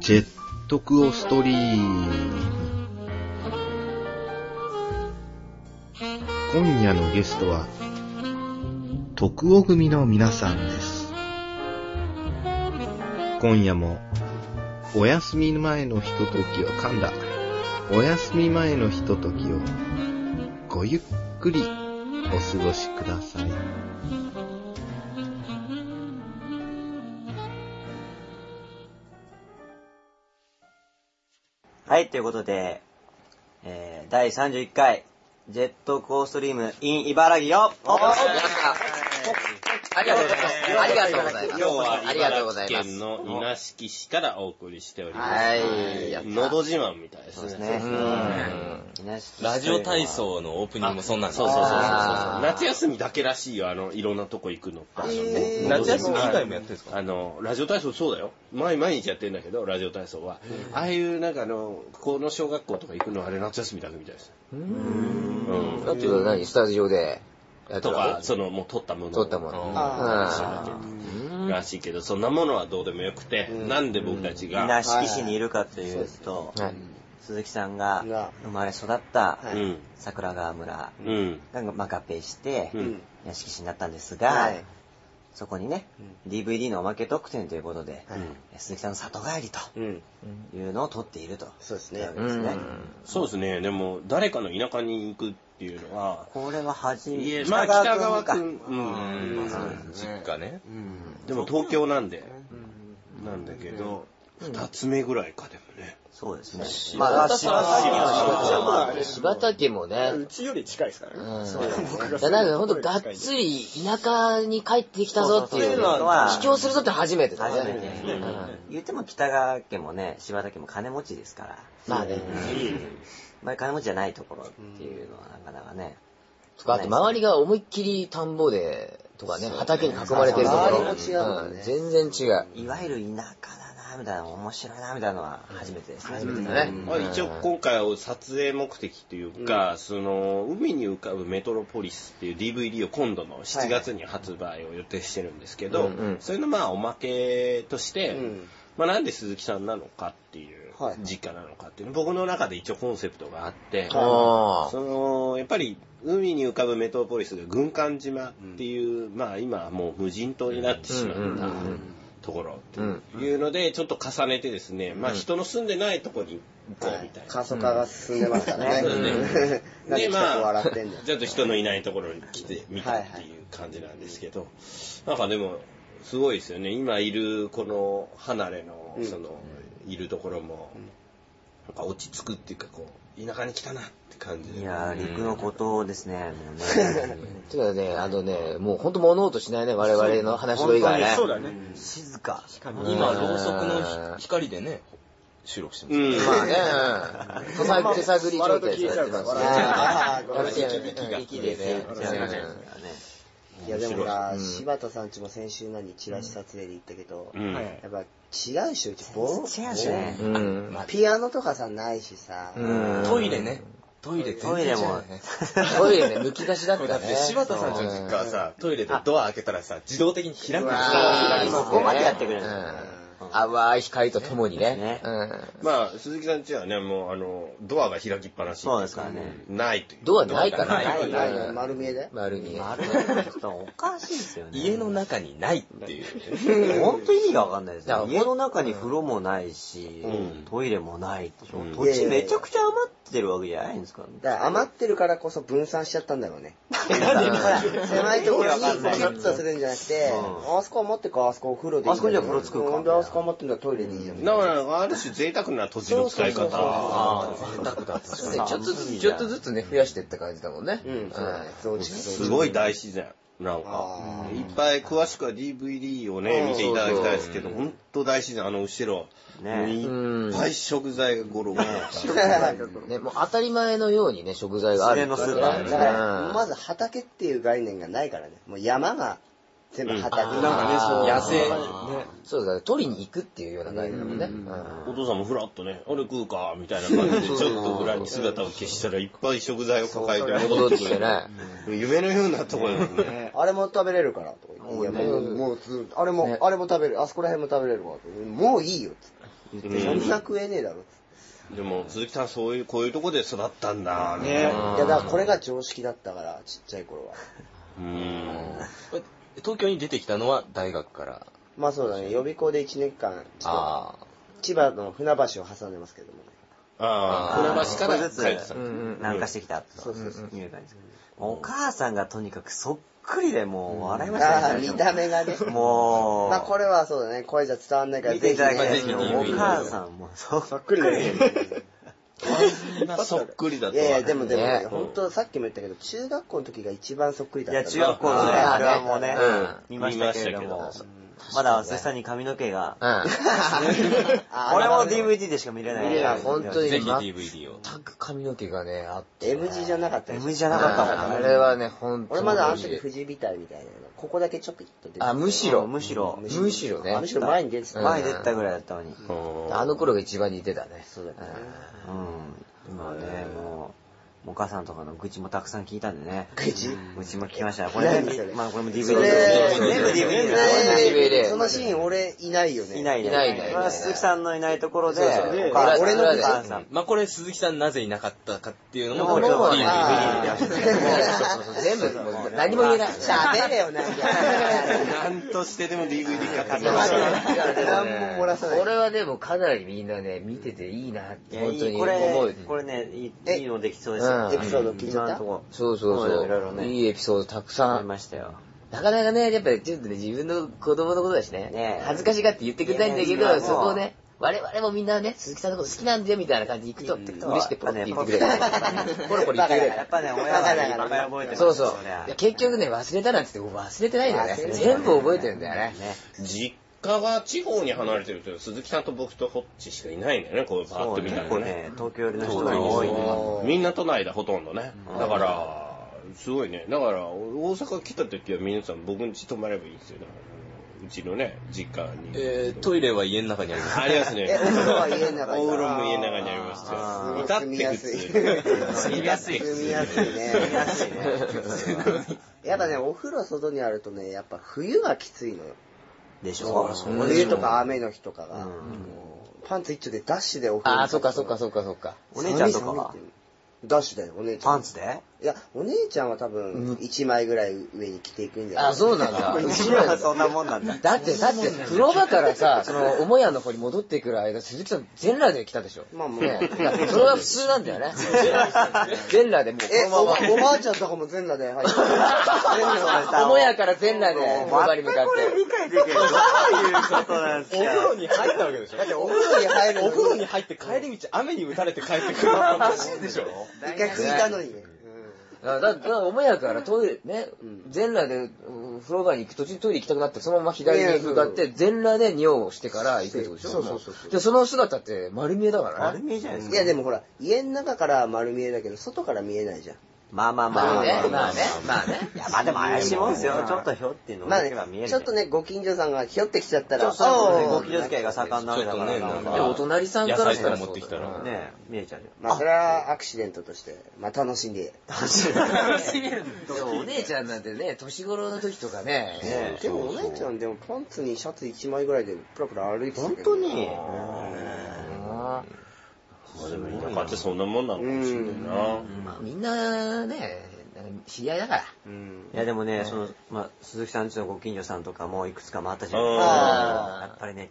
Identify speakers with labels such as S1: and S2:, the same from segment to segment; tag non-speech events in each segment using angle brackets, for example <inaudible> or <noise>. S1: ジェットクオストリーム。今夜のゲストは、徳尾組の皆さんです。今夜も、お休み前のひとときを噛んだ、お休み前のひとときを、ごゆっくりお過ごしください。
S2: はい、ということで、えー、第31回、ジェットコーストリーム in 茨城よオープン
S3: ありがとうございます。ありがとうございます。
S4: 今日は
S3: ありがとうござ
S4: 茨
S3: い
S4: 城
S3: ます。
S4: 県の稲敷市からお送りしております。
S3: はいやった
S4: のど自慢みたいで
S2: そうですす
S4: ね。
S2: ね。
S5: ラジオ体操のオープニングもそんなん
S4: そうそうそうそうそう
S2: あー
S4: 夏休みだけらしいよ、あの、いろんなとこ行くの。
S5: ー
S4: 夏休み以外
S5: もやってるんです
S4: あの、ラジオ体操そうだよ。毎毎日やってんだけど、ラジオ体操は。ああいう、なんかあの、この小学校とか行くのはあれ夏休みだけみたいです。うん
S3: だって何スタジオでやって
S4: と
S3: るわ
S4: か、
S3: け
S4: その、もう撮ったものを。
S3: 撮ったもの。
S4: あ
S3: うん
S4: らしいけど、そんなものはどうでもよくて、なんで僕たちが、
S2: 稲敷市にいるかというと、
S3: はい
S2: 鈴木さんが生まれ育った
S4: うん、
S2: 桜川村
S4: うん、
S2: がまあ合併して
S4: う、ん、
S2: 屋敷市になったんですが、そこにね、DVD のおまけ特典ということで、鈴木さんの里帰りと
S4: うん。
S2: いうのを撮っていると。そうですね。
S4: そうですね、でも、誰かの田舎に行くっていうのは、
S2: これは初め
S4: いえ
S2: て。
S4: まあ北川く
S2: か
S4: ん、うん
S5: 実家ね。
S4: でも東京なんで、なんだけど、二つ目ぐらいかでもね。
S2: そうですね。
S3: まあ、柴
S4: 柴
S3: 田柴田家もね。うちより近いですからね。そう。だからほんとがっつり田舎に帰ってきたぞっていう。
S2: そうそうそういうのは
S3: 帰郷するぞって初めてだね。
S2: 初めてですね
S3: うん
S2: 言っても北川家もね、柴田家も金持ちですから、
S3: まあね。
S2: まあ金持ちじゃないところっていうのはなかなかね、
S3: とか、あと周りが思いっきり田んぼで、とかね、畑に囲まれてるところ。うん全然違う。
S2: いわゆる田舎だな、みたいな、面白いな、みたいなのは初めてですね。初
S3: うん
S2: めて
S3: ね
S4: まあ、一応今回は撮影目的というか、その海に浮かぶメトロポリスっていう DVD を今度の7月に発売を予定してるんですけど、
S3: うんうん
S4: それのまあおまけとして、まあ、なんで鈴木さんなのかっていう、
S6: はい
S4: 実家なのかっていうの僕の中で一応コンセプトがあって、
S3: あー
S4: そのやっぱり海に浮かぶメトロポリスが軍艦島っていう、まあ今はもう無人島になってしまった、
S3: うんうんうんう
S4: ところ
S3: うん
S4: っていうのでちょっと重ねてですね、まあ人の住んでないとこに行こうみたいな。
S6: 過疎化が進んでますからね。
S2: うん
S6: うんなんで
S4: で
S6: 来
S4: ま
S6: た子笑
S4: あ
S6: ってんだよ。
S4: ちょっと人のいないところに来てみたっていう感じなんですけど、なんかでもすごいですよね今いるこの離れの
S6: うん
S4: そのいるところもなんか落ち着くっていうかこう田舎に来たなって感じ
S2: い
S4: で
S2: やー、陸のことですね、もうね。
S3: てかね、あのね、もうほんと物音しないね、我々の話し声以外ね。
S6: だね。
S2: 静か。
S5: 今、ろうそくの光でね、収録してます。
S4: うん
S3: まあね、手探手探り状態でやってますね。
S6: 笑うと消
S3: や
S6: えちゃうから
S3: ってやる
S2: 息で成長するからね
S6: いやでもな、柴田さんちも先週何、チラシ撮影で行ったけど、
S4: うん
S6: やっぱ違うし、うち、ボ
S2: 違うしね。
S3: うん。
S6: ピアノとかさ、ないしさ、
S3: うん
S5: トイレね。トイレ
S2: トイレも、
S3: トイレね、むき出しだっ
S7: これだ
S3: た
S7: っ
S3: ね。
S7: て柴田さんちの実家はさ、トイレでドア開けたらさ、自動的に開くん
S3: あー
S2: そこまでやってくれる
S3: うん淡い光とともにね
S2: ね。
S3: うん
S4: まあ鈴木さんちはねもうあのドアが開きっぱなしってい
S2: そうで
S4: う
S2: すからね。
S4: ないという
S3: ドアないからね。
S6: ないないない
S3: うん
S6: 丸見えで。
S3: 丸見え。
S2: あれはちょっとおかしいですよね。
S5: 家の中にないっていう。
S2: 本当意味がわかんないですね
S3: だから
S2: 家の中に風呂もないし、
S4: うん
S2: トイレもないでしょ
S4: うん
S2: 土地めちゃくちゃ余ってるわけじゃないんですからね。
S6: だから余ってるからこそ分散しちゃったんだろうね。
S2: うん
S6: 狭いところにギ
S2: わかんない
S6: ュッとするんじゃなくて、
S2: うん
S6: あそこ持ってこう、あそこお風呂でいいんだよ
S2: あそこじゃ風呂作るか
S6: ほんであそこ持ってんだったらトイレでいいじゃん。
S4: だからある種贅沢な土地の使い
S6: そうそうそう
S4: 方
S3: そうねちょっとずつ、ちょっとずつね、増やしてった感じだもんね。
S6: うん、そうだね。増築増築
S4: すごい大自然なんか
S6: あ
S4: いっぱい詳しくは DVD をね、
S3: うん
S4: 見ていただきたいですけど、本当大自然、あの後ろ、
S2: ね
S4: いっぱい食材がゴロゴロ。
S6: ー
S3: ね、もう当たり前のようにね、食材があるって
S2: 自然のスーパー
S6: だから、ま
S3: ね。
S6: ず畑っていう概念がないからね。もう山が全部畑。
S3: うん
S5: 野生。
S3: そうだね、取りに行くっていうような概念だもんね。うん
S4: お父さんもふらっとね、あれ食うか、みたいな感じで、ちょっと裏に姿を消したらいっぱい食材を抱えて戻
S3: 戻
S4: っ
S3: って
S4: て
S3: き
S4: き
S3: て
S4: て、
S3: ね。
S4: 夢のようなところですね。
S6: あれも食べれるからとか言っていやもう、もうず、あれも、あれも食べれる、あそこら辺も食べれるからとかもういいよっつって
S2: 言って
S4: うん
S6: そ
S2: る
S6: んな食えねえだろ。
S4: でも、鈴木さん、そういう、こういうとこで育ったんだ。
S6: ねいや、だからこれが常識だったから、ちっちゃい頃は。
S4: うん。
S8: 東京に出てきたのは大学から。
S6: まあそうだね、予備校で1年間、ちょっと
S8: あ
S6: 千葉の船橋を挟んでますけども。
S4: あ
S8: あ
S4: あ、
S8: ー
S4: 船橋から帰ってた。
S2: 南下してきたという感じですお母さんがとにかくそっくりでもう笑いました
S6: ああ、見た目がね。
S2: もう、
S6: まあこれはそうだね、声じゃ伝わんないから、
S2: 見ていただきたいですけど、
S6: ね
S2: お母さんもそ
S6: そ
S2: っ
S6: っくりだね。
S4: そんなそっくりだ
S6: い
S4: とは。
S6: やいや、でもでも、
S8: ね
S6: 本当さっきも言ったけど、中学校の時が一番そっくりだ
S2: い
S6: った
S2: や、
S6: な。
S2: 中学校のね、
S3: あー
S2: あれはもうね、見
S4: ん
S2: ましたけれど
S4: 見
S2: も
S4: ました、
S2: まだ鈴木さんに髪の毛が、
S3: うん。
S6: あ
S2: 俺も DVD でしか見れない。
S3: 見れない本当に
S8: あ。ぜひ DVD を。
S3: 全く髪の毛がね、あって。
S6: M 字じゃなかったよ
S2: M じゃなかったもん
S3: あ
S2: ね。
S3: れはね、ほんとに
S6: 俺まだあの時富士みたいみたいなの。ここだけちょっと出てた
S3: あ、むしろ。
S2: うんむしろ
S3: むしろむしろね。
S6: あむしろ前に出てた。
S2: 前出たぐらいだったのに。
S4: う
S2: うん
S3: あの頃が一番似てたね。
S6: そうだよね
S2: ん。今ね、もう、お母さんとかの愚痴もたくさん聞いたんでね。
S6: 愚痴
S2: 愚痴も聞きました。これ
S6: 何それ
S2: ね、まあこれも DVD
S6: それ
S2: 全部
S3: 全
S2: DVD
S3: 部 DVD
S6: そのシーン俺いないよね。
S2: いないね。
S3: いないね
S2: これは鈴木さんのいないところで、
S3: そうそう
S2: お母さん
S3: 俺の
S2: お母さん。
S8: まあこれ鈴木さんなぜいなかったかっていうのも、
S2: もうもう
S8: これ DVD
S2: あ
S4: <laughs>
S3: そうそうそう全部、もう何も言えない。
S6: 喋れよ、なんか。
S4: なんとしてでも DVD かかってましたね。
S6: 何も漏らさない。
S3: 俺はでもかなりみんなね、見てていいなっ
S2: い
S3: て、
S2: や、い
S3: 本当
S2: い、
S3: に
S2: こ
S3: 思
S2: れ
S3: う。、
S2: これね、いい
S6: え
S2: いいのできそうですよ。
S3: うんエピ
S6: ソード聞いちゃった
S2: 今のとこ
S3: そうそう
S2: いろい
S3: そ
S2: ろ
S3: う。
S2: ね。
S3: いいエピソードたく
S2: あ
S3: さ
S2: り
S3: ん。
S2: ましたよ。
S3: なかなかね、やっぱりちょっとね、自分の子供のことだしね、
S2: ねえ
S3: 恥ずかしがって言ってくれないんだけ
S2: いやいや
S3: ど、そこをね、我々もみんなね、鈴木さんのこと好きなんだよみたいな感じで行くと、嬉しくてポロって言ってくれる。ポロポロ言ってくれ
S2: やっ
S3: る。
S2: ぱね、親はいっぱい覚えてます
S3: そ
S2: よ
S3: うそう
S2: りゃ。
S3: いや結局ね、忘れたなんて言って忘れてないんだよね。全部覚えてるんだよね。
S2: ね。
S4: 実家が地方に離れてると、鈴木さんと僕とホッチしかいないんだよね、こうパーッ
S2: そ
S4: と
S2: う
S4: 見
S2: ね、結
S4: たら
S2: 構
S4: ね。
S2: ね、東京寄りの人
S4: そう
S2: が多いね。
S4: みんな都内だ、ほとんどね。だから、すごいね。だから、大阪来た時は皆さん僕ん家泊まればいいんですよ。だからうちのね、実家に。
S8: えー、トイレは家の中にあります。
S4: ありますね。
S6: えお風呂は家の中に
S4: お風呂も家の中にあります
S6: あ
S4: よ。
S6: ー
S4: 至って普
S6: 住みや
S4: 通。住みやすい
S6: <laughs> 住みやすいね。
S2: 住みやすいね。
S6: やっぱね、お風呂外にあるとね、やっぱ冬がきついのよ。
S2: でしょ
S6: 冬とか雨の日とかが。
S2: うん
S6: もうパンツ一丁でダッシュでお風呂
S3: ああ、そっかそっかそっかそっか。
S2: お姉ちゃんとかは
S6: 寒い寒いってダッシュだよ、お姉ちゃん。
S2: パンツで
S6: いや、お姉ちゃんは多分、1枚ぐらい上に着ていくんじゃない
S3: あそうなんだ。うち
S2: 後
S3: ら
S2: ろはそんなもんなんだ。
S3: だって、だって、風呂場からさ、その、母屋の方に戻ってくる間、鈴木さん、全裸で来たでしょ。
S6: まあまあ
S3: ねいやそれは普通なんだよね。全裸でもう、
S6: え、
S3: この
S6: お
S3: ま
S6: ばおばあちゃんとかも全裸で入ってる。
S3: ま。 <laughs> 母屋から全裸で、風呂場に向かっ
S2: これ
S3: て。
S2: 理解できる。どういうことなんですか
S8: に入ったわけでしょ
S6: だってお風呂に入るのに。
S8: に入って帰り道雨に打たれて帰ってくるのはおかしいでしょ
S6: 一回拭いたのにね。
S3: だだから、母屋からトイレ、ね
S6: ん、
S3: 全裸で、うん風呂場に行く途中にトイレ行きたくなって、そのまま左に向かっ
S6: いやい
S3: て、全裸で尿をしてから行くってことでしょ
S6: そうそうそうそう
S3: で、その姿って丸見えだから
S2: 丸
S3: ね。
S2: 見えじゃないです
S6: うん
S2: か。
S6: いやでもほら、家の中から丸見えだけど、外から見えないじゃん。
S2: まあまあまあ
S3: まあね、
S2: ま
S3: ま
S2: あ
S3: あ
S2: ね
S3: ね。、
S2: まあね。いや、まあでも怪しいもんですよ。ちょっとひょっていうの
S6: まあ
S2: けば見える。
S6: ね、ちょっと
S2: ね、
S6: ね、ご近所さんがひょってきちゃった
S2: そ
S6: ら、
S2: うそうね。
S6: お
S2: ご
S6: ー
S2: 近所付き合いが盛んなわけだから。
S8: ちょっとねなんか
S3: でもお隣さんからした
S8: 野菜と
S3: ら
S8: か持ってきたら
S3: そうだよね
S2: ね見えちゃうよ。
S6: まあそれはアクシデントとして、まあ楽しんで。
S2: 楽しみ
S3: でもお姉ちゃんなんてね、年頃の時とかね、
S2: ね
S6: でもお姉ちゃんでもパンツにシャツ1枚ぐらいでプラプラ歩いてた
S2: 本
S6: けど
S2: 当に。
S4: まあでも田舎ってそんなもんなのかもしれないな。
S3: まあみんなね、なんか知り合いだから。
S6: うん。
S2: いやでもね、その、まあ、鈴木さんちのご近所さんとかもいくつか回ったじゃない
S3: あー
S2: やっぱりね、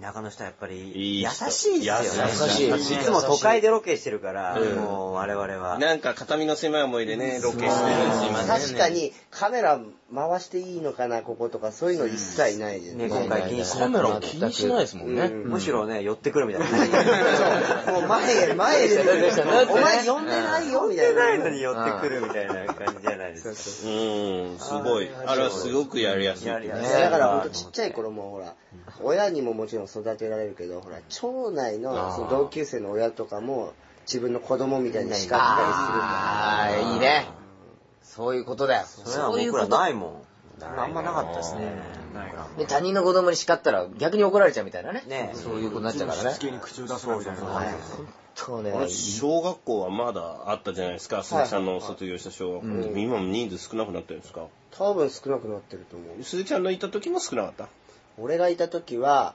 S2: 田舎の人はやっぱ
S4: い
S2: り
S4: い
S2: 優
S4: 人
S2: しいですよね。
S3: 優しい優しい
S2: いつも都会でロケしてるから、もう我々は。
S4: なんか片身の狭い思いでね、ロケしてるし、今ね。
S6: 確かにカメラ回していいのかな、こことか、そういうの一切ないじゃん。
S2: ね、今回禁止
S8: カ
S2: にな
S8: メ
S2: っ
S8: ラ気にしないですもんね。
S2: た。むしろね、寄ってくるみたい <laughs> な。
S6: もう前へ前へ出てくるお前呼んでないよみた
S2: 寄って
S6: いな。
S2: ないのに寄ってくるみたいな感じじゃないですか。
S4: うん、すごい。あれはすごくやりやすい。
S2: やりや
S6: い
S2: すい
S6: やだからほんとちっちゃい頃もほら、親にももちろん育てられるけど、ほら、町内のその同級生の親とかも自分の子供みたいに叱ったりするか
S3: ああ、いいね。そういうことだよ。
S2: それは
S3: そういう
S2: 僕
S3: こ
S2: ら
S3: と。
S2: ないもん。あんまなかったですね。
S3: で、他人の子供に叱ったら逆に怒られちゃうみたいなね。
S2: ね
S3: そういうことになっちゃうからね。
S6: ら。そうね。
S4: 小学校はまだあったじゃないですか、鈴木さんの卒業した小学校に。今も人数少なくなってるんですか
S6: 多分少なくなってると思う。
S4: 鈴木さんのいた時も少なかった
S6: 俺がいた時は、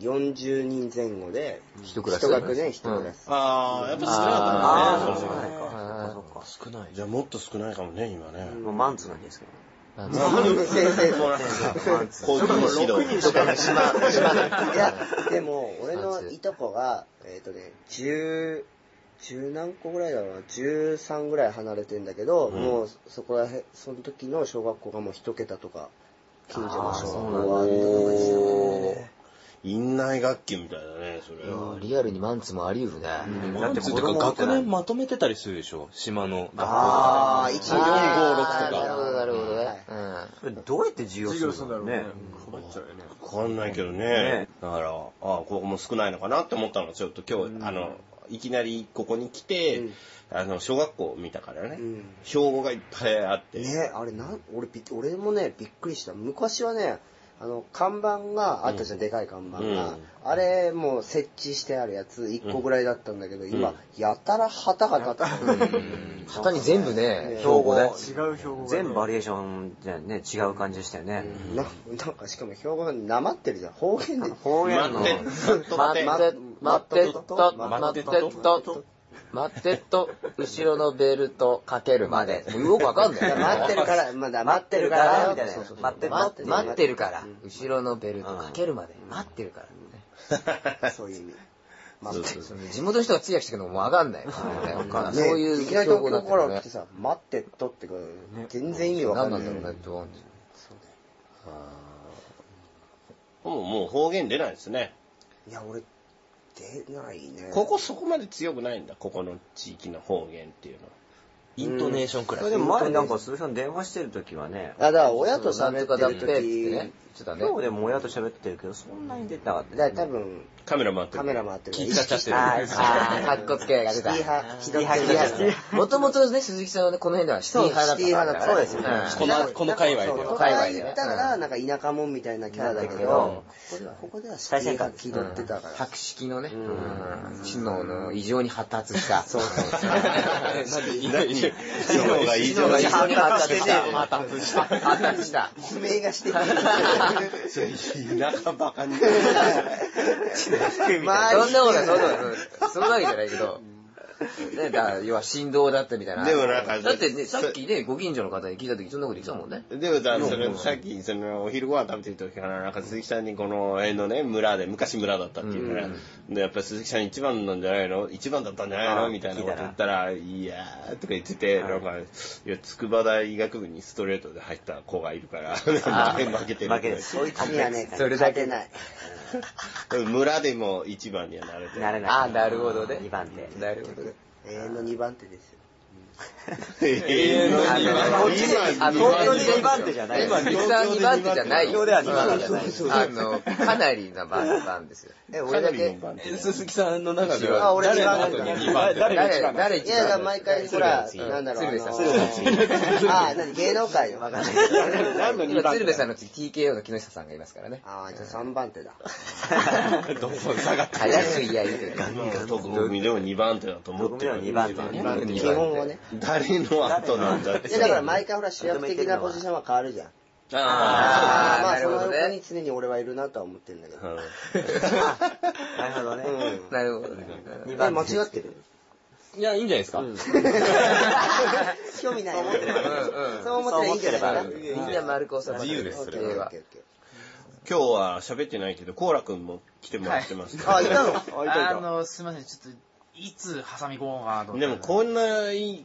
S6: 40人前後で、
S3: 一クラス。
S6: 一学年一クラス。
S4: ああ、やっぱ少な
S2: あ
S4: か
S2: あ、
S4: った
S2: そう
S4: もん
S2: な
S4: ね
S2: いか。そっかそ
S5: 少ない
S4: それ。じゃあもっと少ないかもね、今ね。
S2: っか。もうマンツーなんですけど。
S6: 先生もら
S2: マンツー。
S4: 高級指導。
S3: とか、島、島だ。
S6: いや、でも、俺のいとこが、えっ、とね、十、十何個ぐらいだろうな、十三ぐらい離れてんだけど、もう、そこらへん、その時の小学校がもう一桁とか、近所の小学校はあって感じだね
S4: 院内学級みたいだね、それは。
S3: リアルにマンツもあり得るね。
S5: マンツーってか学年まとめてたりするでしょ島の学校
S6: ああ、一
S5: とか456と
S3: な
S6: 二
S3: る
S5: か
S3: ほど、なるほどね。
S2: それ <laughs> どうやって授業するんだろうね。
S4: わかんないけどね。
S2: ね
S4: だから、ああ、ここも少ないのかなって思ったの、ちょっと今日、あの、いきなりここに来て、あの、小学校見たからね、
S6: ん
S4: 標語がいっぱいあって。
S6: ね、あれなん、俺びっ、俺もね、びっくりした。昔はね、あの、看板があったじゃん、でかい看板が。
S4: うん
S6: あれ、もう設置してあるやつ、1個ぐらいだったんだけど、今、やたら旗が立ってる。
S3: 旗に全部ね、
S2: 標語ね。
S9: 違う標語が
S2: 全部バリエーションじゃね、違う感じでしたよね。
S6: ななんか、しかも標語がなまってるじゃん。 <laughs> 方言で。
S2: 方言
S4: 待
S2: の
S4: っ。て、待って、
S3: 待って、待ってっと、待ってっと、待ってっと、後ろのベルトかけるまで。もうよくわかんない。
S6: 待ってるから、まだ
S2: 待
S6: 待
S2: っ
S6: ってて
S2: る
S6: る
S2: か、
S6: からら、
S2: みたいな
S6: そうそう。
S2: 待って、
S3: 待
S2: 待
S3: っ
S2: ってて。
S3: 待ってるから、後ろのベルトかけるまで、待ってるから、
S6: そういう意味。待ってる。
S3: その地元の人が通訳してくるのもわかんない。わかんないそういう
S6: ねいきなり東京
S3: った
S6: か
S3: よ
S6: ら来てさ、待ってっとってこう全然意味わか
S3: 何
S6: ん
S3: な
S6: ない。
S3: んだろうね、どう
S4: <laughs> もうもう方言出ないですね。
S6: いや、俺、出ないね。
S4: ここそこまで強くないんだ、ここの地域の方言っていうのは。
S5: イントネーションくらい。
S2: でも前なんか鈴木さん電話してる時はね、
S6: あ、だから親と
S3: なん
S6: 喋
S3: とか
S6: っ
S3: だってぺ
S6: る
S3: ってね
S6: 時、
S3: ちょっとね
S2: 今。日でも親と喋ってるけど、そんなに出てなかった
S6: だ
S2: ね。
S6: から多分、
S4: カメラ回ってる。
S6: カメラ回ってるから
S5: 気使っちゃってる
S6: あ
S3: あー、かっこつけが出
S6: シ
S3: た
S6: ティ。派、シティ
S2: シティ
S6: 派。
S2: 派
S3: もともとね、鈴木さんはね、この辺ではシティ派だったからね。
S6: そうですよね
S5: この、この界隈で
S6: 都
S5: は。
S3: 界隈
S6: 会
S3: でね
S6: 行ったら、なんか田舎もんみたいなキャラだけど、ここではシティ <laughs> 派気取ってたから。
S3: 白色のね、知能の異常に発達した。そうそうそう。
S4: 知能が異常
S3: が
S4: に
S3: 異常に発達した。発達した。発達した。
S6: 不明がしてる。
S4: 田舎バカに。
S3: そんなことない、そんなことない。そんなわけじゃないけど。ね、だから要は振動だったみたいな。
S4: でもなんか
S3: だってね、さっきね、ご近所の方に聞いた時そんなこと言ってたもんね。
S4: でもさ、そのさっき、その、お昼ご飯食べてる時から、なんか鈴木さんにこの辺のね、村で、昔村だったっていうから、で、やっぱ鈴木さん一番なんじゃないの一番だったんじゃないのみたいなこと言ったら、いやーとか言ってて、なんか、いや、筑波大医学部にストレートで入った子がいるから、負けてる。
S2: 負けです。そういう
S6: あにはね、
S3: それだ
S6: 勝
S3: け
S6: てない。
S4: 村でも一番にはなれて
S2: 慣れない。
S3: あーなるほどね
S2: 2番手。
S3: なるほどね。
S6: 永遠の2番手ですよ。
S4: え
S3: あの、あの
S2: 東京で2番手じゃない
S3: 今、ミキサー2番手じゃない。
S2: 東京では2番手じゃない
S3: そうそうそうあの、かなりな番番ですよ。
S6: え、俺だけ。
S5: 鈴木さんの中で
S6: あ、
S5: は、
S6: 俺2番手
S5: 誰
S6: だ。
S5: の後に
S3: 誰、誰
S6: いや、だから
S3: 一番
S6: 毎回、ほら、なんだろう、あの、あ、なに、芸能界の。
S3: 今、鶴瓶さんの次 TKO の木下さんがいますからね。
S6: あー、じゃあ3番手だ。
S4: どんどん下がって
S3: 早くいやいいというか。
S4: 特組でも2番手だと思
S2: 僕
S4: って
S2: では
S4: る。
S2: 2番手だね。
S6: 基本はね。
S4: 誰の後なんだって
S6: いや、。だから毎回ほら、主役的なポジションは変わるじゃん。
S3: あー
S6: ま
S3: な
S6: あ、
S3: る
S6: そ
S3: ほ
S6: の
S3: ど
S6: 横
S3: ね
S6: に。常に俺はいるなとは思ってるんだけど。
S2: なるほどね。
S3: なるほどね。
S6: え、間違ってる
S5: いや、いいんじゃないですか。
S6: <laughs> 興味ない。そう思
S2: そう
S6: ってりゃ
S2: 思
S6: い
S2: っ
S6: いんじ
S2: て
S6: ゃな
S2: れ
S6: いか
S2: ばいい。
S3: みん
S6: な。
S3: な丸く収まる。
S7: 自由です
S6: オッ
S7: そ
S6: ケ
S7: れ
S6: ーオ
S3: は
S6: ッケーオッケー
S4: 今日は喋ってないけど、コーラくんも来てもらってます
S6: あ、い
S4: ね。
S6: たのあ、いたい
S9: あ
S6: た。
S9: の、すいません、ちょっと、いつ挟み込もうかなと思って。
S4: でもこんな、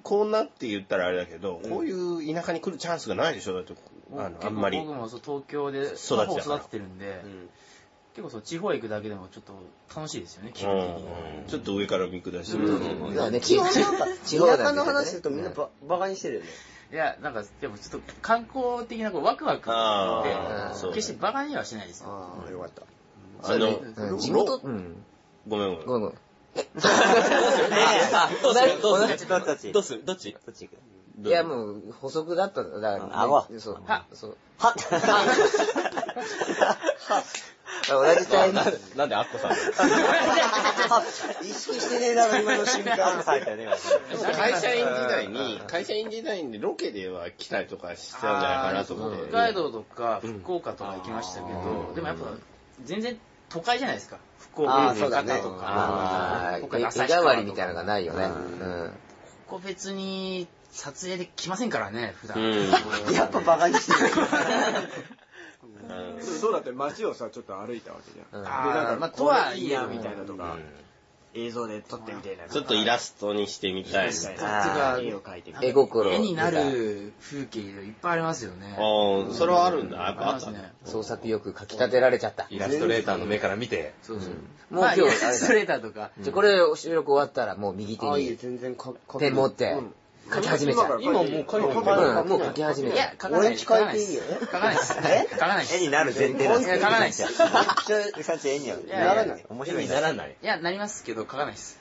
S4: こんなって言ったらあれだけど、こういう田舎に来るチャンスがないでしょ、だって、あのあんまり。
S9: 僕もそう東京で
S4: ちだから
S9: ほぼ育ってるんで、結構そう地方へ行くだけでもちょっと楽しいですよね、気分的に。
S4: うんちょっと上から見下してる。
S3: だからね、
S6: 基本なんか、
S3: 地方だけど
S6: 田舎
S3: ね
S6: の話するとみんなばバカにしてるよね。
S9: いや、なんか、でもちょっと観光的なこうワクワク
S4: あー
S9: っ
S4: そう
S9: て、決してバカにはしないですよ。
S6: ああ、よかった。
S4: あの、
S3: うん地元、うん。
S4: ごめん
S3: ご
S4: ごめ
S3: めん
S4: ん。
S3: ごめん。
S5: どうするどう
S2: どっ
S5: す
S2: ちどっち
S5: るどうするどっち
S2: どっち行く
S3: いや、もう、補足だったんだ。だから、
S2: 顎
S3: そう。そう。
S2: はっ
S3: 同じタイミング。
S5: なんでアッコさん
S6: 意識してねえだろ、今の瞬間。
S2: 書いたよね、
S4: 会社員時代に、会社員時代にロケでは来たりとかしてたんじゃないかなと思って。
S9: 北海道とか福岡とか行きましたけど、でもやっぱ全然都会じゃないですか。福岡
S6: ああそ
S9: の
S6: うだ
S9: 方
S6: ね
S9: とか
S3: あ、ー、
S9: 北海
S3: 絵
S9: 道
S3: 絵
S9: 旭
S3: 代わ
S9: 川
S3: り
S9: と
S3: みたい
S9: か
S3: なのがないよね。
S9: ここ別に撮影で来ませんからね、普段。
S6: <laughs> やっぱバカにして
S3: <laughs>
S6: る。
S10: そうだって街をさ、ちょっと歩いたわけじゃん。
S3: うん
S10: で、
S9: あー
S10: なん
S9: まあ
S10: か、
S9: と
S10: と
S9: は
S10: はいい
S9: え
S10: いや、みたいなと
S4: う
S10: か、
S4: ん
S10: 映像で撮ってみたいな。
S4: ちょっとイラストにしてみたい。
S10: み
S4: あ
S9: あー
S10: たいな。絵を描いてみた
S3: 絵
S10: い
S3: 心。
S9: 絵になる風景いっぱいありますよね。
S4: あー、それはあるんだ。やっぱ
S9: あ
S4: あ
S9: りま
S4: っ
S9: す
S4: たね。
S9: ね。
S3: 創作意欲かき立てられちゃった。
S5: イラストレーターの目から見て、
S9: そうそう。
S3: もう今日
S9: まあ
S3: あれだ
S9: イラストレーターとか。
S3: じゃあこれ収録終わったらもう右手
S6: ああ、いいよ
S3: に
S6: 全然かか
S3: ペン持って書き始めちゃう。
S10: 今もう描いて
S3: うん
S10: る
S3: もう書き始め
S9: い
S3: ち
S9: や
S3: ゃ、
S9: 書かない
S6: 俺
S9: で
S6: ん
S9: す。
S6: ち
S9: 書か
S6: 書い
S9: ない
S6: て
S9: で
S6: いい
S9: す。
S6: よ。
S9: 書かないです。
S6: え
S9: 書かないです。
S2: 絵になる前提だ。
S9: いや書かないです。い
S6: ちょ
S2: うさんち絵になる。
S9: やいや
S6: ならない。
S2: 面白いね。
S5: ならない。
S9: や、なりますけど、書かないです。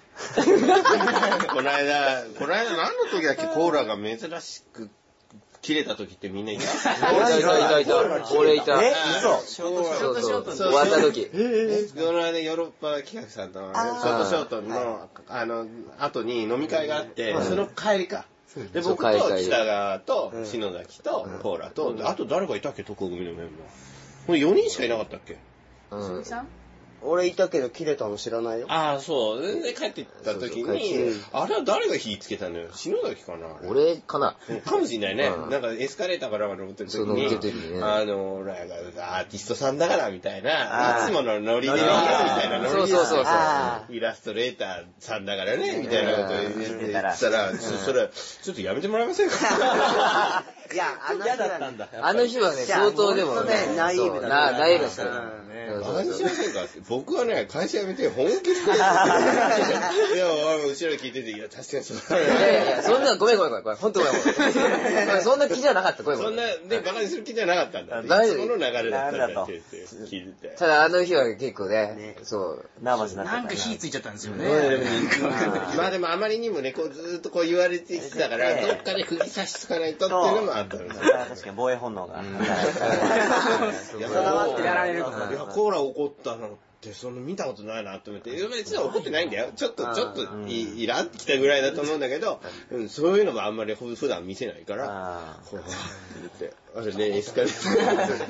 S4: この間、この間何の時だっけコーラが珍しく切れた時ってみんないた
S3: いたいたいたいた。俺いた。
S2: え、嘘
S3: そう
S9: ショ
S3: そ
S9: ー
S3: う
S9: ト
S3: そう。
S9: ショ
S3: 終
S9: ート
S3: わった時。
S4: この間ヨーロッパ企画さんとのねショートショートの、あの、後に飲み会があって、その帰りか。で、
S3: そう
S4: 僕
S3: 帰り帰
S4: と
S3: り
S4: 北川と篠崎とコーラと、あと誰がいたっけ特組のメンバー。これ4人しかいなかったっけ
S3: うん。
S9: さん
S6: 俺いたけど切れたの知らないよ。
S4: ああ、そう。で、帰ってった時
S3: そうそう帰
S4: に、あれは誰が火つけたのよ篠崎かな
S3: 俺かな。
S4: かもしんないね。
S3: うん
S4: なんかエスカレーターから登ってる時
S3: そう
S4: に、
S3: 登ってる時にね
S4: あの、俺らがアーティストさんだからみたいな、
S2: あー
S4: いつものノリでねみ
S2: あー
S4: たいなノリで
S3: そうそうそうそう
S2: あ
S4: イラストレーターさんだからね、みたいなこと言って
S2: うん
S4: 言ってたら、そそれ、ちょっとやめてもらえませんか
S6: いや、あの人だね
S3: あの日はね、
S6: いや
S3: 相当でも
S6: 本当ねナイーブだね
S3: そうなナイーブだった
S6: うん
S3: うんそう
S4: 何
S3: そう
S4: しませんかって僕はね、会社辞めて本気で。
S3: <laughs>
S4: いや、俺も後ろで聞いてて、いや、確かにそう
S3: いやいやい
S4: だ
S3: や、
S4: ね。
S3: そんな、ごめんごめんごめん、ごめん、ほんとごめんごめんごめん。そんな気じゃなかった、ごめんご
S4: そ
S3: め
S4: ん
S3: ん。
S4: な、で、バカにする気じゃなかったんだって。い
S3: 大
S4: つ
S3: 丈夫
S4: もの流れだったんだって言って聞いてて。
S3: ただあの日は結構ね、そう。
S2: ーナーバスになってた
S9: なんか火ついちゃったんですよね。
S4: まあでもあまりにもね、こうずーっとこう言われてきてたから、どっかで釘刺しつかないとっていうのもあったんですよ。
S2: あー確かに防衛本能が。
S4: いや
S2: わってやられる
S4: いや、コーラ怒ったのって、その見たことないなと思って、いや別に怒ってないんだよ。ちょっと、ちょっとい、イラってきたぐらいだと思うんだけど、うんそういうのもあんまりふ普段見せないから、
S2: あ
S4: こう、って言って、あれね、エスカレ <laughs> ーター。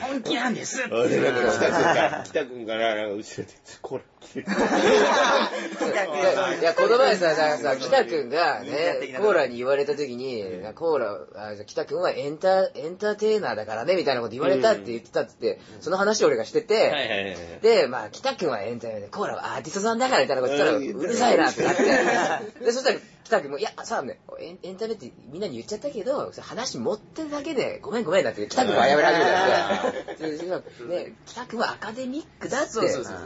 S9: 本気なんですって。
S4: 俺なんか北くんから、北くんから、なんか後ろで、コーラ来てる。
S3: いや、いやこの前さ、なんかさ、北くんがね、コーラに言われた時に、なんかコーラ、あじゃあ北くんはエンタ、エンターテイナーだからね、みたいなこと言われたって言ってたっつって、その話を俺がしてて、
S4: はいはいはいはい。
S3: で、まあ、北くんはエンタメで、コーラはアーティストさんだからみたいなこと言ったら、
S4: うん
S3: うるさいなってなって。で、そしたら北くんも、いや、さあね、エンエンタメってみんなに言っちゃったけど、それ話持ってるだけで、ごめんごめんなって、北くんは謝られるから。でね北くんはアカデミックだって。
S9: そうそうそう。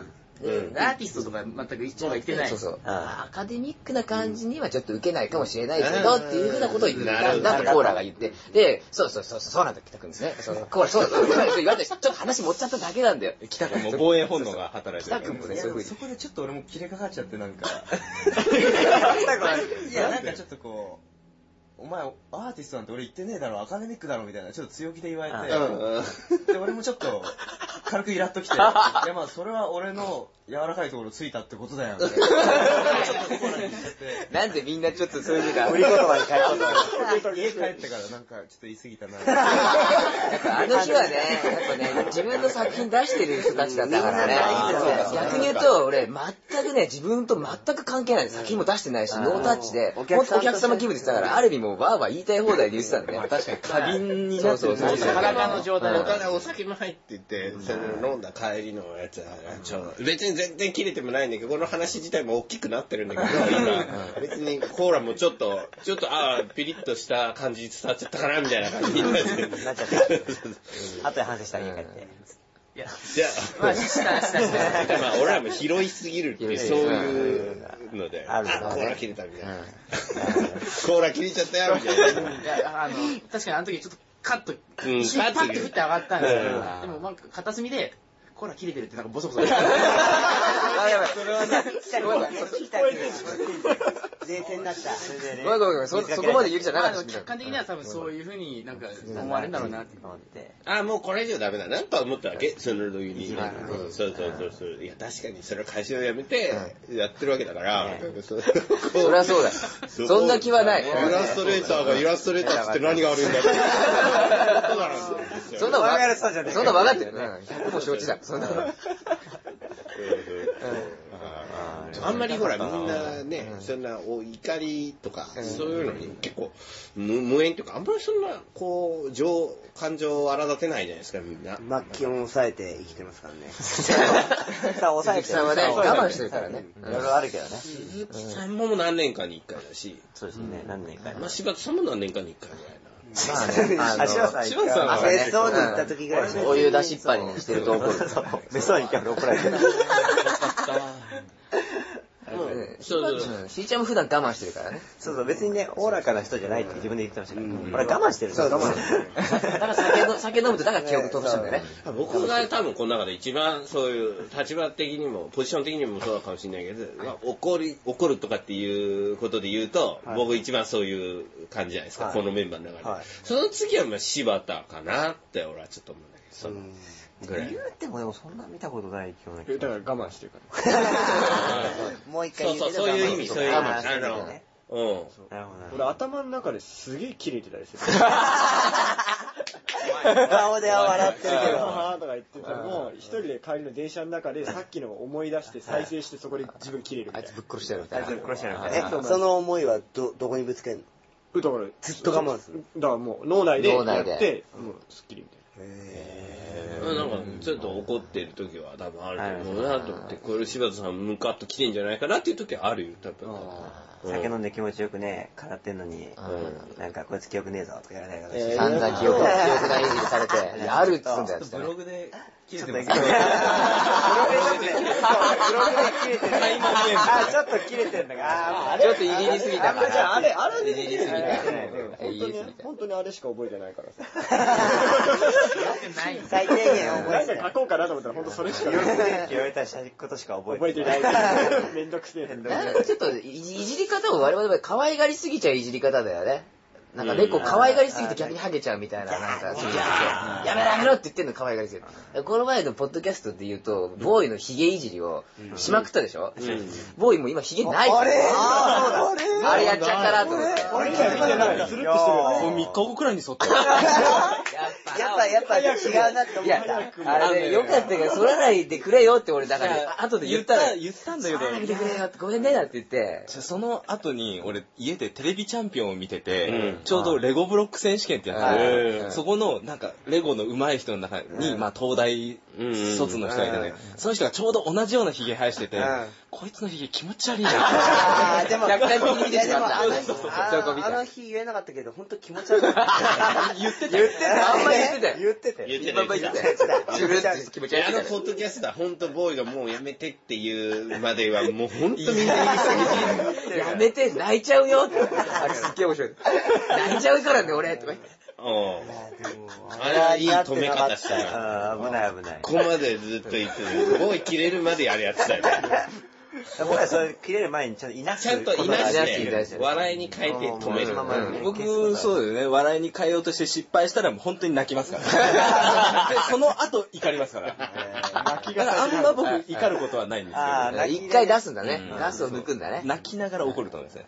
S3: で
S9: アーティストとか全く一応は言ってない。
S3: そうそう。
S2: あ
S3: アカデミックな感じにはちょっと受けないかもしれないけど、っていうふうなことを言っ
S4: な
S3: た
S4: るほど
S3: なんかコーラが言って。で、そうそうそう、そうなんだ、北くんですね。そうそうコーラ、そうそう、言われて、ちょっと話持っちゃっただけなんだよ。北くん
S4: もう防衛本能が働いて
S3: 北
S4: る
S3: く
S4: から
S3: ん。もね、そういうふうに。
S7: そこでちょっと俺も切れかかっちゃってなんか、いや、なんかちょっとこう、お前アーティストなんて俺言ってねえだろ、アカデミックだろみたいな、ちょっと強気で言われて、で、俺もちょっと、軽くイラっと
S4: <laughs>
S7: きて、いやまあそれは俺の柔らかいところついたってことだよ、みたいな。ちょっと心にしちゃって。
S3: なんでみんなちょっとそういうふうな
S2: あ。売り言葉に変えようと思って
S7: 家帰ってからなんかちょっと言い過ぎたな。
S3: やっぱあの日はね、やっぱね、自分の作品出してる人たちだったからね。逆に言うと、俺、全くね、自分と全く関係ない。作品も出してないし、ノータッチで、ほんとお客様気分でしたから、ある意味もうわーわー言いたい放題で言ってたんで。 <laughs> 確かに過敏になってるそうそうそう
S9: 裸の状態
S4: お
S9: だから
S4: 互いお酒も入ってて、それ飲んだ帰りのやつは、ちょ別に全然切れてもないんだけど、この話自体も大きくなってるんだけど、今、別にコーラもちょっと、ちょっと、ああ、ピリッとした感じ伝わっちゃったかな、みたいな感じになって。
S2: なっちゃった後で反省したら家帰って。
S9: いや、
S4: じゃ
S9: まあ、した、した、した。
S4: あ、まあ、俺らも拾いすぎるっていう、そういうので、
S2: あ
S4: あ、
S2: る
S4: コ
S2: んだね
S4: ーラ切れたみたいな。コーラ切れちゃったよ、みたいな。
S9: いや、あの、確かにあの時ちょっとカッと、
S4: ん
S9: 一瞬パッと振って上がったんですけど、
S4: うん
S9: でもなんか片隅で、コーラ切れてるってなんかボソボソ言って
S3: あ、やばい。それはね、ごめんなさい。
S6: 0点だった。
S3: ごめんごめんごめん、そそこまでゆりじゃなかったしみたい
S9: 客観的には多分そういうふうになんか思われるんだろうなって思って。
S4: あもうこれ以上ダメだなと思ったわけ、その時に。そうそうそうそう。いや、確かにそれは会社を辞めてやってるわけだから、
S3: そ
S4: そ
S3: り
S4: り
S3: ゃそうだよ。そんな気はない。
S4: イラストレーターがイラストレーターっつって何が悪いんだって。そうなんですよ
S3: そんなわ
S2: 我々そうじゃねえ
S3: そんな分かってるよ。うん100も承知だ。そんな。
S4: あんまりほら、みんなね、そんなお怒りとか、そういうのに結構、無無縁というか、あんまりそんな、こう、情、感情を荒立てないじゃないですか、みんな。
S6: まあ、気温を抑えて生きてますからね。
S2: さあ、抑えて
S3: 鈴木さんはね
S2: 抑え
S3: 我慢してるからね
S2: いろいろあるけどね。
S4: 鈴木さんももう何年かに一回だし、
S2: そうですね、何年かに。
S4: まあ、柴田さんも何年かに一回ぐらいな。
S3: まあね、あの
S2: 柴田ん
S4: 柴田さんは
S6: 別荘に行った時ぐらいね
S3: お湯出しっぱにねしてると <laughs> 怒る。
S2: 別荘に行ったら怒られてる。
S3: うん
S4: そうそう
S3: うんしーちゃんも普段我慢してるからね。
S2: そうそう、別にね、おおらかな人じゃないって自分で言ってましたから。俺我慢してるんだ
S6: そう我慢してる
S3: だから酒の酒飲むとだから記憶飛ばしちゃうんだよね。
S4: 僕が多分この中で一番そういう立場的にもポジション的にもそうかもしれないけど、まあ怒り怒るとかっていうことで言うと、僕一番そういう感じじゃないですか、このメンバーの中で、
S2: はい
S4: その次はまあ柴田かなって俺はちょっと思うんだけどそのぐらい
S2: 言うてもでもそんな見たことない気も
S4: <laughs>
S2: ない
S10: えだから我慢してるから。
S6: もう一回
S4: そうそうそういう意味そういう意味
S2: あー
S4: あ
S2: そういうこと
S4: の
S2: ね
S4: うん
S2: なるほどなるほ
S10: 俺頭の中ですげえ切れてたりする。
S6: 顔では笑ってるけど。
S10: はーとか言ってたのを、一人で帰りの電車の中でさっきのを思い出して再生してそこで自分切れるみたいな。
S3: ぶっ殺してやるみたいな。
S2: 殺してやるみたい
S6: え、その思いはど、どこにぶつけんの
S10: うところ
S6: ずっと我慢する。
S10: だからもう脳内でや
S3: 脳内
S10: っ
S3: で
S10: て、もうスッキリみたいな。
S4: なんかちょっと怒ってる時は多分あると思うなと思ってこれ柴田さんムカッと来てんじゃないかなっていう時はあるよ多分
S2: ど。酒飲んで気持ちよくね、語ってんのに、なんかこいつ記憶ねえぞとか言われないから。
S3: 散々
S2: <laughs>
S3: 記憶、記憶が維持されて、いやあるっつうんだよって
S9: ブ
S3: ね
S9: ロ。グで切れて
S2: ブ
S9: ま
S2: ログ
S9: す
S2: で
S9: ね。
S2: 切れてる。あ、ちょっと切れてんだが。あー
S3: ちょっとイギリすぎたか
S10: あ、じゃあ
S3: ら。
S10: あれ、あれでできるみたいな。
S3: え
S10: 本
S3: イギリ
S10: 当に
S3: スみ
S10: ね
S3: たい
S10: 本当にあれしか覚えてないからさ。
S6: 最低限覚え
S10: 何
S6: て
S10: か
S6: ない
S10: 書。こうかなと思ったら本当それし <laughs> か
S2: よく
S10: 覚
S2: ね、言われたらことしか覚え
S10: え
S2: て
S10: て
S2: ない。
S10: <laughs> ない。めんどくせえな。
S3: なんかちょっといじいじり方も我々は可愛がりすぎちゃういじり方だよね。なんか猫可愛がりすぎて逆にハゲちゃうみたいな、なんか、そうそうそうやめろやめろって言ってんの可愛がりすぎて。この前のポッドキャストで言うと、ボーイのヒゲいじりをしまくったでしょボーイも今ヒゲないから。あれあれやっちゃったなと思って。
S10: 俺気づいてない。つるっとしてるよね。
S5: 3日後くらいに沿って。
S6: やっぱ、やっぱ違うなって思
S3: い
S6: っ
S3: や
S6: た。、
S3: あれね、よかったから、反らないでくれよって俺、だから、後で言ったら、
S5: 言ったんだけ
S3: 反らないでくれよって、ごめんね、なんて言って。
S5: その後に、俺、家でテレビチャンピオンを見てて、
S4: うん
S5: ちょうどレゴブロック選手権ってや
S3: は
S5: つ
S3: い
S5: で、
S3: はい
S5: そこの、なんか、レゴの上手い人の中に、まあ、東大卒の人がいたね、その人がちょうど同じような髭生やしてて、こいつの髭気持ち悪いな。
S6: あーで
S5: <laughs>
S6: も、
S3: 客観的に見てしまった
S6: いやでも
S3: そうそうそう
S6: あ
S3: そこ見
S6: の
S3: た
S6: あの日言えなかったけど、本当気持ち悪かった。
S5: 言ってた
S3: 言ってた、あんまり言ってたよ。
S6: 言ってて。
S4: 言って
S3: い
S4: た
S3: っぱい言ってたよ。チュルって気持ち
S4: いやあ
S3: 悪
S4: の
S3: い。
S4: ポッドキャストは本当ボーイがもうやめてっていうまではもう本当みんな言い <laughs> 過ぎて
S3: やめて、泣いちゃうよって。あれすっげえ面白い。泣いちゃうからね、俺。とか言って
S4: うんあれはいい止め方したよ。
S2: あー危ない危ない。
S4: ここまでずっと言ってる。ボーイ切れるまであれやってたよ。
S2: 僕はそれ切れる前にちょっといなく
S4: ちゃんといな
S3: し
S4: して、笑いに変えて止める。
S5: 僕、そうだよね。笑いに変えようとして失敗したら、もう本当に泣きますから。で、その後、怒りますから。だからあんま僕、怒ることはないんです
S2: あ
S5: よ、
S2: ー
S5: ね。
S2: 泣き
S3: 一回出すんだね
S5: うん。
S3: ガスを抜くんだね。
S5: 泣きながら怒ると思いますね。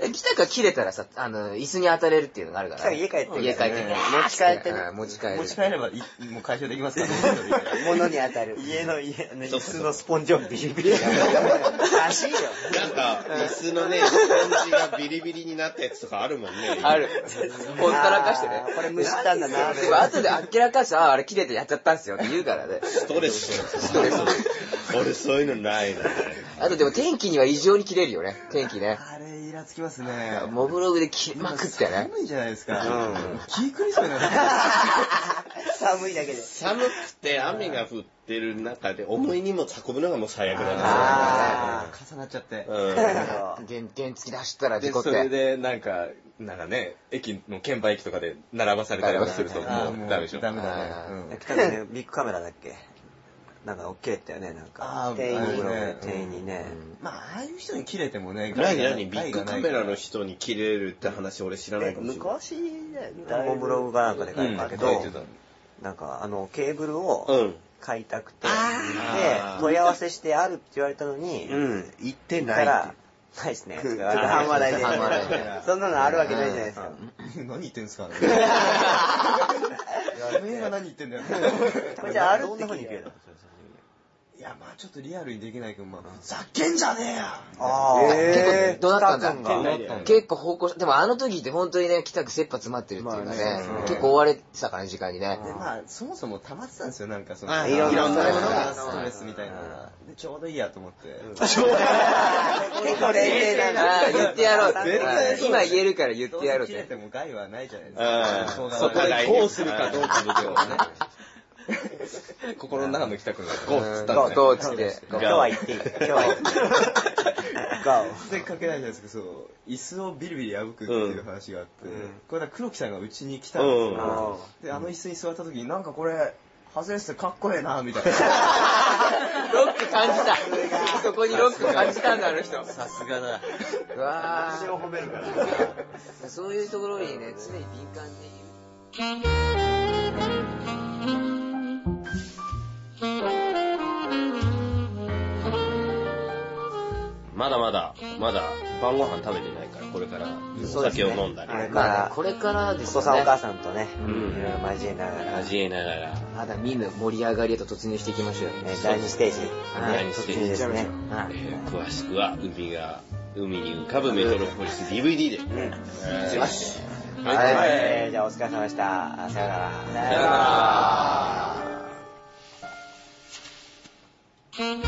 S3: え来たか切れたらさ、あの、椅子に当たれるっていうのがあるからね。
S2: 来たら家帰って
S3: 家帰って。
S6: 持ち帰ってね
S3: うん持ち帰る。
S7: 持ち帰ればいもう解消できますからね。
S6: 物に当たる。
S2: 家の家、ね、椅子のスポンジをビリビリ。
S6: らしいよ。
S4: なんか、椅子のね、スポンジがビリビリになったやつとかあるもんね。
S3: ある。ほったらかしてね
S6: あ。ーこれ無視し
S2: <laughs>
S6: たんだな。
S3: でも後であっけらかして、ああ、あれ切れてやっちゃったんすよって言うからね。
S4: ストレス。ストレス。俺そういうのないな。
S3: あとでも天気には異常に切れるよね。天気ね。
S7: あれ、イラつきますね。
S3: モブログで切れまくってね。
S7: 寒いじゃないですか。気狂いそうになる。
S6: 寒いだけで。
S4: 寒くて雨が降ってる中で重い荷物運ぶのがもう最悪なん
S6: あ
S7: 重なっちゃって。
S4: ですよ。うん
S3: 原点付き出したら事
S5: で、
S3: 故っ
S5: それ
S3: て。
S5: で、なんか、なんかね、駅の券売機とかで並ばされたりとかすると、もうダメでしょ。
S7: ダメだね。
S2: 来たね、ビッグカメラだっけなんか、おっきれてたよね、なん
S7: あ
S2: か
S7: ー。
S2: 店員
S7: あ
S2: に
S7: るね
S2: ね、店員にね。
S7: まあ、ああいう人に切れてもね、
S4: 何
S7: 害が
S4: 何ビッグカメラの人に切れるって話俺知らないかもしれない。
S6: 昔だよね。
S2: 誰もブログかなんかで書いてたけ
S4: うん
S2: ど
S4: 書いてたね、
S2: なんか、あの、ケーブルを、
S4: うん。
S2: 買いたくて、で
S4: あー、
S2: 問い合わせしてあるって言われたのに、
S4: うん。行って
S2: だ
S4: な
S2: か
S4: いって
S2: ら。、ないですね。
S6: ちょっと半話題で。
S3: 半笑いで
S6: そんなのあるわけないじゃないですか。
S7: 何言ってんす
S2: <laughs>
S7: かね。てめえが何言ってんだよ。
S2: これじゃあ、あるって聞いてる。
S7: いや、まあちょっとリアルにできないけど、まあ、ふざけんじゃねえや
S2: あ
S3: 構
S2: ー
S3: ね、怒鳴ったんだ。
S10: 店内で。
S3: 結構方向、でもあの時って本当にね、北く切羽詰まってるっていうかね、結構追われてたからね、時間にね。 <laughs>
S7: で、まあ、そもそも溜まってたんですよ、なんかそ
S4: あ
S7: の、
S4: いろんない
S7: もの
S4: う
S7: が
S4: ん
S7: ストレスみたいなのが。で、ちょうどいいやと思って。
S6: 結構冷静だな。
S3: ああ、言って
S2: <laughs>
S3: やろう。
S7: 絶対そう
S3: 今言えるから言っ
S7: どう
S3: てやろ
S7: せ
S3: うっ
S7: 切れ
S3: て。
S7: ても害はないじゃないです
S4: う
S7: か
S4: ん。
S7: しょうがない
S4: そこでこうするかどうか
S7: だよね。心の中の北くんがこうっつったん
S3: ど
S7: だ
S3: う
S7: よ
S3: どうっつって。
S2: 今日は行っていい。今日は行っていい。
S7: 全然書けないじゃないですか、そう。椅子をビリビリ破くっていう話があって、これだ黒木さんがうちに来たんです
S4: うん
S7: よ。で、あの椅子に座った時に、なんかこれ、外れててかっこええな、みたいな。
S3: ロック感じた。そこにロック感じたんだ、あの人。
S7: さすがだ。
S3: うわ私を褒めるから。そういうところにね、常に敏感でいる。
S4: まだまだ、まだ晩ご飯食べてないから、これからお酒を飲んだり、
S2: そうですね
S3: まあね、これからで
S2: お
S3: す
S2: 父さんお
S3: よね。
S2: 母さんとね、
S4: う
S2: い
S4: ん
S2: ろいろ交えながら、ね、
S4: 味えながら、
S3: まだ見ぬ盛り上がりへと突入していきましょうよ。
S2: 第2ステージ、ね
S4: 第二ステージ
S2: 突入ですね。
S4: えー詳しくは海が、海に浮かぶメトロポリス DVD で。
S2: します。はい、じゃあお疲れ様でした。さよなら。
S4: さよなら。
S2: 「